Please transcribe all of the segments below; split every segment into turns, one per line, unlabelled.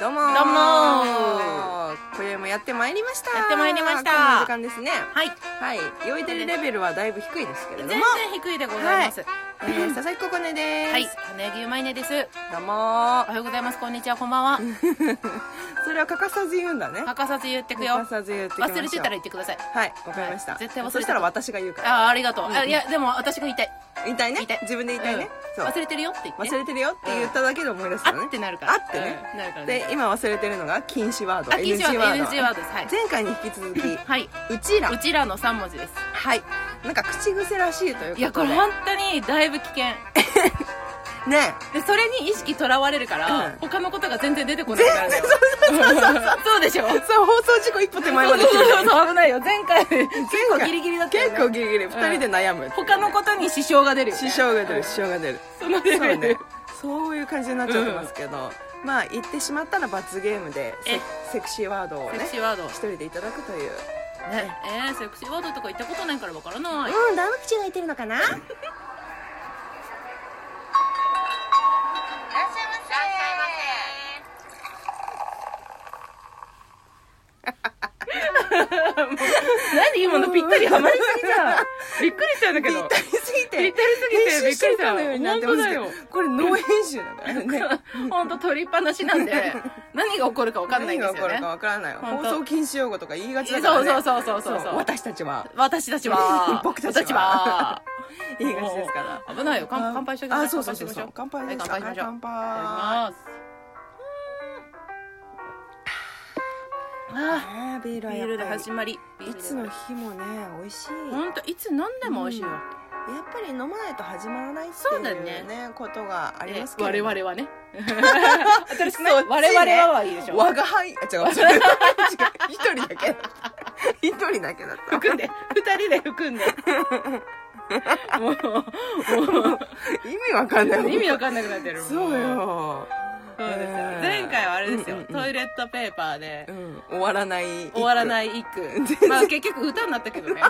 どうもど
どうも
今宵もやってまいりました
やってまいりました
この時間ですね
はい
はい酔いてるレベルはだいぶ低いですけれ
全
ども
然、低いでございます
えー、佐々木ここねです、
はい花柳うまいねです
どうも
おはようございますこんにちはこんばんは
それは欠かさず言うんだね
欠かさず言ってく
欠
よ
かさず言ってきましょう
忘れてたら言ってください
はいわかりました、
はい絶対忘れてた
そしたら私が言うから
ああありがとうあいやでも私が言いたい
言いたいね
言いたい
自分で言いたいね、
うん
そう
忘れてるよって言って
忘れてるよって言っただけで思い出すのね、
あってなるから
あってね、
うんなるから
で
ね
今忘れてるのが禁止ワード
あ禁止
NG
ワ
ワ
ー
ー
ド
ド
NG ワードですはい
前回に引き続き「
はいう
ちら
う」ちらの三文字です
はいなんか口癖らしいということで
いやこれ本当にだいぶ危 険
ね
でそれに意識とらわれるから、
うん
他のことが全然出てこないからねそうでしょ
えそう放送事故一歩手前まで来
そうそう
る
そう危ないよ前回結
前
構
回
ギリギリだったよね
結構ギリギリ2人で悩む
他のことに支障が出るよ、ね、
支障が出る支障が出る
その
そ
レベ
う
ル
ねそういう感じになっちゃってますけどまあ言ってしまったら罰ゲームでセ
え
セクシーワードを
セ
ね
クシーワード、
一人でいただくという
ね、えー、セクシーワードとか言ったことないからわからない、
うんダム口が言ってるのかな
何今のぴったりハマりすぎじゃんびっくりしたんだけ
ぴ
ど
ったりすぎて
ぴったりすぎて
編集してたのようになってますけど
びっくりした
これノー編集だからね
本当取りっぱなしなんで何が起こるかわかんないんです
何が起
よ
こる
ね
かわからない
本
放
当
送禁止用語とか言いがち
そ
だ
う
から、ね、
そうそうそうそうそう
私たちは
私たちは
僕たち
私
は
は
言いがちですから
危ないよ乾乾杯しときましょ
あそうそうそうそう乾
乾杯
杯
し
です
ましょうはい乾杯しましょう
乾
いただきま
杯
すあ
ねビー
ー
ルは
ビー
や
ル
っ
で
ぱり
始まり
いつの日もね美味しいやっ
本当いつ飲んでも美味しいよ、
うんぱり飲まないと始まらないってい
そうう
ね
だね
ことがありますけ
我
れど
々はね新しくない
そう
我々ははいいでしょ
我が輩あ違う違う違う 一人だけ一人だけだった
含んで二人で含 んでもうも
意味わかんな
う
い
意味わかんなくなってる
そうよ、
そうですよ
えー
前回はあれですよ、
うんうんうん
トイレットペーパーで
うん、終わらない
終わら
い
ない一句まあ結局歌になったけ どね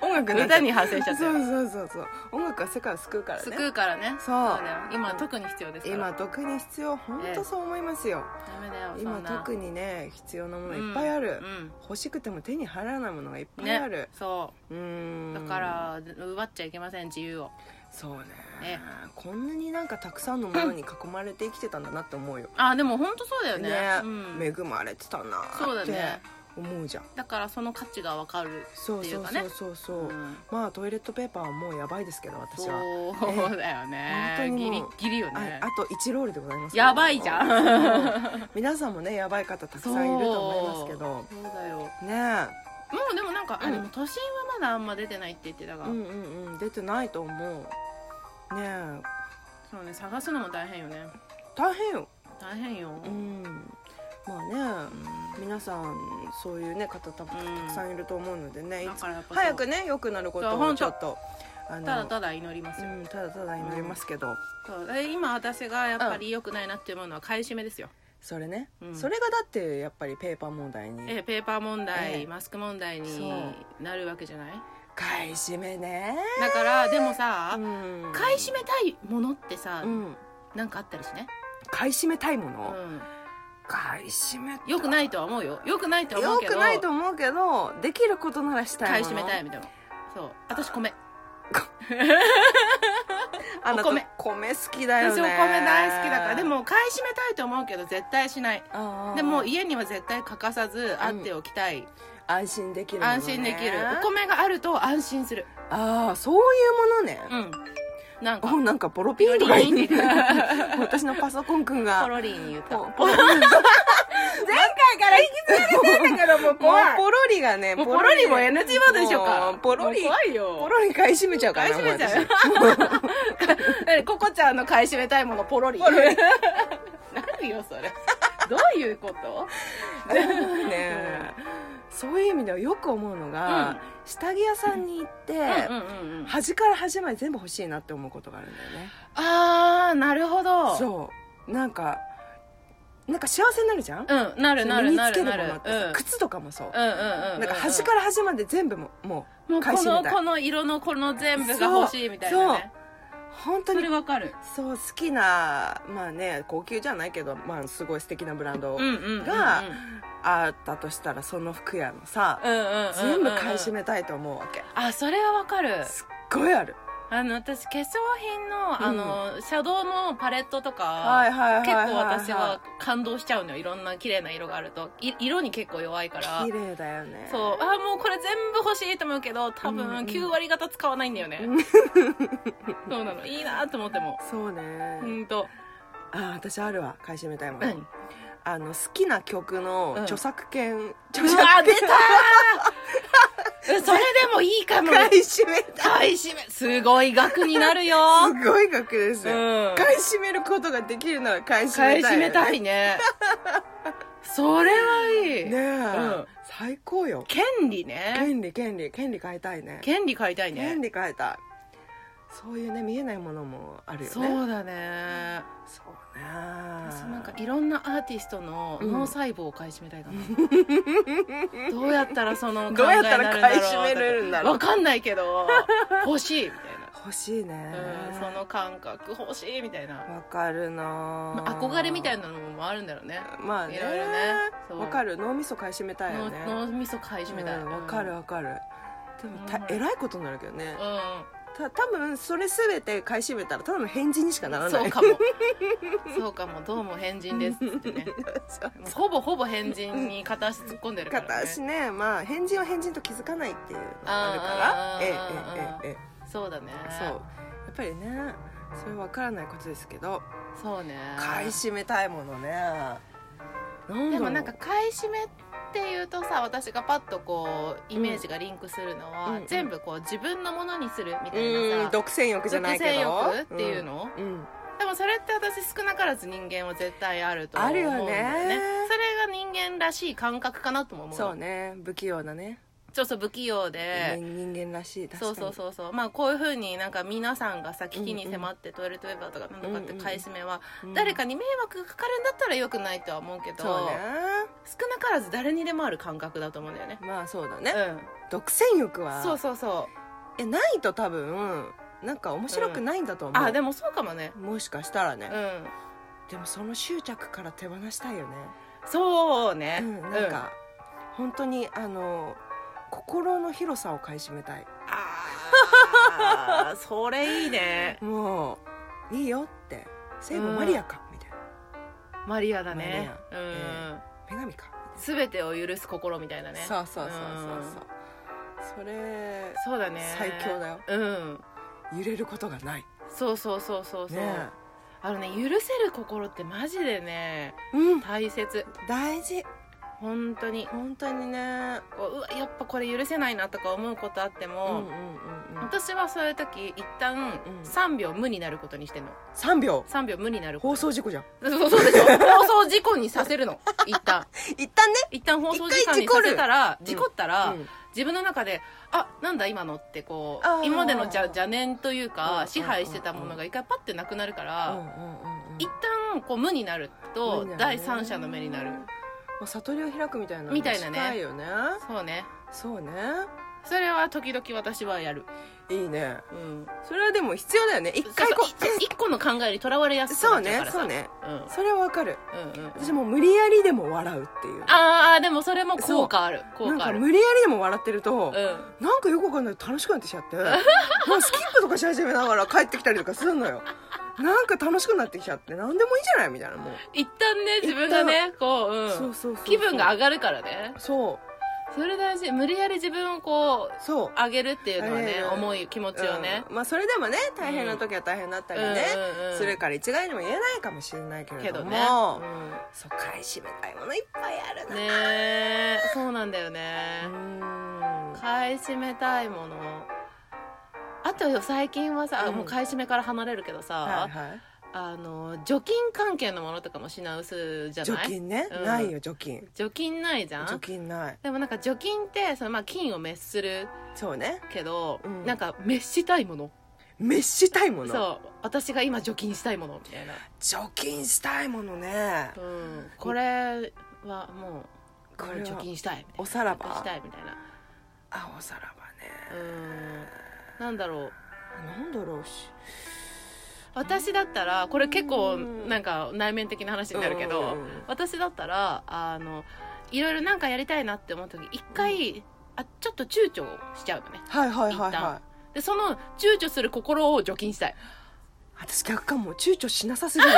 音楽になっちゃ
歌に発生しちゃった
そ
よ
うそうそうそう音楽は世界を救うからね
救うからね
そう
だよ今特に必要ですから
今特に必要本当そう思いますよ、
ダメだよ
今特
に
にね必要なものいっぱいある、
うん
欲しくても手に入らないものがいっ
う
ぱ
ん
いある、
ねそうう
ーん
だから奪っちゃいけません自由を
そうね
ね
こんなになんかたくさんのものに囲まれて生きてたんだなって思うよ、
あでも本当そうだよねうん
恵まれてたな
そう
ー
だ
って
ね
思うじゃん
だからその価値がわかる
そう,、
ってい
そうう
か
そ
ね
うそうそう、
うん
まあトイレットペーパーはもうやばいですけど私は、
そうだよ
本
ね
当に
ギ
も
リ
う
ギリよ
あ
ね
あと1ロールでございますけど
やばいじゃん
うん 皆さんもねやばい方たくさんいると思いますけど
そうだよも
ね
うでもなんか、
う
あ
ん
でも都心はまだあんま出てないって言ってた
え
が、
うんうんうん出てないと思うねえ
そうね探すのも大変よね
大変よ
大変よ、
うんまあね皆さんそういうね方多分たくさんいると思うのでね、い
だ
つ
からやっぱそう
早くね良くなること
そう
を
本
ち
当
ょっとあの
ただただ祈ります
う
よ、
ん、ただただ祈りますけど、
そうで今私がやっぱり良くないなって思うのは買い占めですよ、
それね、
うん
それがだってやっぱりペーパー問題に
えペーパー問題、
ええ
マスク問題に
そう
なるわけじゃない
買い占めね
だからでもさ、
うん
買い占めたいものってさ、
うん
なんかあったりしね、
買い占めたいも
う
の、
ん、
買い占め
よくないとは思うよよくないとは思
よ
うけど
くないと思うけどできることならした
買
い
い
も
占
の
めたいみたいなそう私米
あなた
お米
米好きだよ
私
ね
お米大好きだからでも買い占めたいと思うけど絶対しない
あー
でも家には絶対欠かさずあっておきたい、
安心できるものね、
安心できるお米があると安心する
ああそういうものね、
うんなんか
おなんかポロピンとか言って
ピロ
る
リン
私のパソコンくんが
ポロリン言った
ポ
もう
ポロリン
から引き継いでんだけどもう
もう
怖い
ポロリがね
もうポロリも NG ワードでしょう
も
か
うポロリ
もう怖い
ポ
よ
ロリ買い占めちゃうか
買い
ら
占めちゃう
も
よ何 ココちゃんの買い占めたいものポロリ
ポロリ
何よそれどういうこと
私ねえそういう意味ではよく思うのが、
うん
下着屋さんに行って、
うんうんうん
端から端まで全部欲しいなって思うことがあるんだよね
あーなるほど
そうなんかなんか幸せになるじゃん、
うんなるなる
身
な
につけ
る
るも
なる
のってさ、靴とかもそう、
うんうんうんうん
なんか端から端まで全部もも
もう
買い
こ
占め
の
たい
この色のこの全部が欲しいみたいなね
う本当
そ
に
れわかる
そう好きなまあね高級じゃないけど、まあ、すごい素敵なブランド
うんうんうんうん
があったとしたらその服屋のさ
うんうんうんうん
全部買い占めたいと思うわけ
あそれはわかる
すっごいある
あの私化粧品のあの、シャドウのパレットとか、
はいはいはい
結
はい
構私は感動しちゃうのよいろんな綺麗な色があるとい色に結構弱いから
綺麗だよね
そうあーもうこれ全部欲しいと思うけど多
うんうん
分9割方使わないんだよね、
う
そうなのいいなと思っても
そうね、
うんと
あ私あるわ買い占めたいもん、
何
あの好きな曲の
うん
著作権、
う
著
わ
作
出たーそれでもいいかも
買い占めた
買い占めすごい額になる よ、う
すごい額ですよ、
ん、
買い占めることができるなら買い占
買
め
い
たい
占めた
い
いねそれはいい、
ねえ、
うん
最高よ
権利ね
権利権利権利買いたいね
権利買いたいね
権利変えたいそういうね見えないものもあるよね
そうだね
そうね
私なんかいろんなアーティストの
うん
脳細胞を買い占めたいか な、どうやったらその
どうやったら
考えに
買い
な
占めれ
る
るんだ
だ
ろ
ろ
う
う分かんないけど 欲しいみたい
欲しいね
な、うん、その感覚欲しいみたいな、
わかるな
まあ憧れみたい
な
なのもあるんだろうね
まあね
いろいろねそう
わかる脳みそ買い占めたいよね
脳脳みそ買い占めたい、
うんわかるわかるでもた
うん
えらいことになるけどね
う
た多分それ全て買い占めたらただの変人にしかなら
ん
な
そう
い
かもそうかもどうも変人ですっつ ってねもうほぼほぼ変人に片足突っ込んでるから、ね、
片足ねまあ変人は変人と気づかないっていうのがあ
あーあー
るから
あー
えええええ
そうだね
えそうやっぱりねそれ分からないことですけど
そうね
買い占めたいものねなん
でもなんか買い占めっていうとさ私がパッとこうイメージがリンクするのは、
うんうん
全部こう自分のものにするみ
う
たい
ー
なんさ
独占欲じゃないけど
独占欲っていうの、
うん、うん
でもそれって私少なからず人間は絶対あると思うんだよね
あるよね
それが人間らしい感覚かなとも思う
そうね不器用なね、
そうそう不器用で、
人人間らしい確か
そ
に
うそうそうそうまあこういうふうになんか皆さんがさ危機に迫ってトイレットペーパーとかなんとかって買い占めは
うん
誰かに迷惑がかかるんだったらよくないとは思うけど
そうね
少なからず誰にでもある感覚だと思うんだよね
まあそうだ
う
ね、
ん
独占欲は
そうそうそう
えないと多分なんか面白くないんだと思う、
あでもそうかもね
もしかしたら
う
ね、
ん
でもその執着から手放したいよね、
そうね
うん、なんか、本当にあの心の広さを買い占めた
う
い
んあーそれいいね
もういいよって聖母マリアか、みたいな
マリアだね
マ
う
リア
ん
女神か、
全てを許す心みたいなね
そうそうそうそうそう、それ
うんそうだね
最強だよ
うん
揺れることがない
そうそうそうそうそう
ね
あのね許せる心ってマジでね
うん
大切
大事
本当に
本当にね
こううわやっぱこれ許せないなとか思うことあって
うんうん
も
うんうん
私はそういう時一旦
うん
3秒無になることにしてんの
3秒
3秒無になること
放送事故じゃん
そうそうでしょ放送事故にさせるの一旦
一旦ね
一旦放送時間にさせたら
一回事
事
故る
故ったら、
うん
自分の中であなんだ今のってこ
あー
う今までのじゃ邪念という
うんうんうんう
か
ん
支配してたものが一回パッてなくなるから、
うんうんうんうん
一旦こう無になる
無
と
になるね
第三者の目になる
まあ悟りを開くみたいなの
みたいなね
近いよね
そうね
そうね
それは時々私はやる
いいね
うん
それはでも必要だよね一回こ
そうそうい一個の考えにとらわれや
う
すく
そ
な
う
っちゃう
ね
からさ
そうね
うん
それはわかる
うんうん
私もう無理やりでも笑うっていう
ああでもそれも効果ある
な
効
ん
果あ
か
る
無理やりでも笑ってると、
うん
なんかよくわかんない楽しくなってきちゃってなんかスキップとかし始めながら帰ってきたりとかするのよなんか楽しくなってきちゃって何でもいいじゃないみたいなもう、
一旦ね自分がねこう,、うん、
そうそうそうそう
気分が上がるからね
そう
それ大事無理やり自分をこう
そう
上げるっていうのはね
上げる
重い気持ちをね、
うんまあそれでもね大変な時は大変だったりね、
うんうんうん
するから一概にも言えないかもしれないけれ
け
ど
ど
も
ね、
そう買い占めたいものいっぱいある
う、
なん
ねえそうなんだよね
うん
買い占めたいものあとよ最近はさ、
うん
もう買い占めから離れるけどさ、
はいはい
あの除菌関係のものとかも品薄じゃ
除
ない
菌ね、
うん
ないよ除菌
除菌ないじゃ
除
ん
菌ない
でもなんか除菌ってそのまあ菌を滅する
そうね
けど、
うん
なんか滅したいもの
滅したいもの
そう私が今除菌したいものみたいな
除菌したいものね
うん、これはもう
こ
こ
れ
れ
は
貯金したいみたいな
おさらば
なくしたいみたいな
あおさらばね
うんなんだろう
なんだろうし
私だったらこれ結構
うん
なんか内面的な話になるけど、
うん
私だったらあのいろいろなんかやりたいなって思う時一回、あちょっと躊躇しちゃうよね
はいはいはい
一旦
は
でその躊躇する心を除菌したい
い私逆かも躊躇しなさすぎ る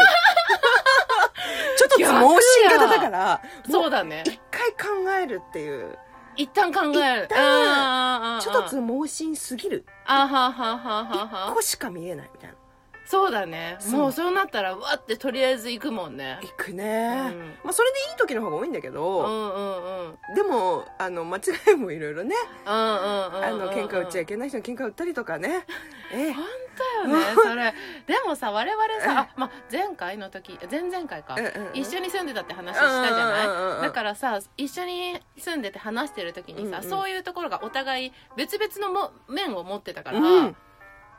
ちょっと相撲新型だからも
そううだね
一回考えるっていう
一旦考える
一旦
あーあーあー
ちょっと相撲新すぎる
あーはーはーはーはー
一
はー
個しか見えないみたいな
そうだね
そう
もうそうなったらわってとりあえず行くもんね
行く
う
ね、
ん
まあ、それでいい時の方が多いんだけ
うんう
ど、
んうんうん
でもあの間違いもいろいろねあ
あ
の喧嘩売っちゃいけない人に喧嘩売ったりとかねええ
本当よ ねそれでもさ我々さ、あまあ、前回の時前々回か、一緒
に
に住んでたって話したじゃない、
うんうんうんうん
だからさ一緒に住んでて話してる時にさ、
うんうん
そういうところがお互い別々のも面を持ってたから、
うん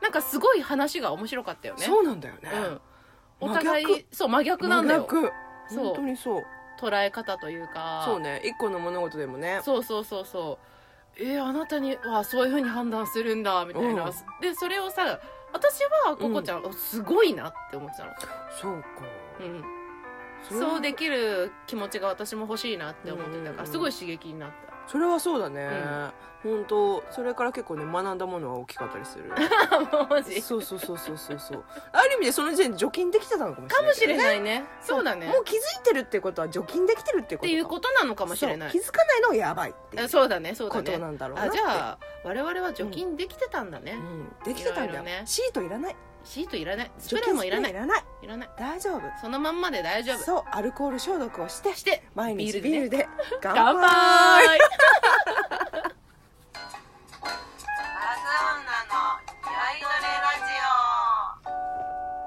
なんかすごい話が面白かったよね
そうなんだよね、
うん、お互い
真逆
そう真逆なんだよ
真逆
そう
本当にそう
捉え方というか
そうね一個の物事でもね
そうそうそうそうえー、あなたにわあそういうふうに判断するんだみたいな、
うん
でそれをさ私はココちゃん、おすごいなって思ってたの、
そうか、
うん、
れは
そうできる気持ちが私も欲しいなって思ってた
うん
か
うんう
ら
ん
すごい刺激になっ
それはそうだね、本当それから結構ね学んだものは大きかったりする
た マジ
そうそうそうそうそうそうある意味でその時点で除菌できてたのかもしれない
かもしれ
い
ないねそうだね
もう
っ
気づいてるってことは除菌できてるってことか
ていうことなのかもしれない
そう気づかないのがやばいっていう
あそうだねそうだ
こと
ね
なんだろうな
あ
って
じゃあ我々は除菌できてたんだね、
うん、できてたんだ
いろいろ
よ、
ね
シートいらない
シートいらないスプレーもいらない
除菌スプレーいらない
いらない
大丈夫
そのまんまで大丈夫
そうアルコール消毒をして
して
毎日ビ
ビー
ール
ル
で乾
乾杯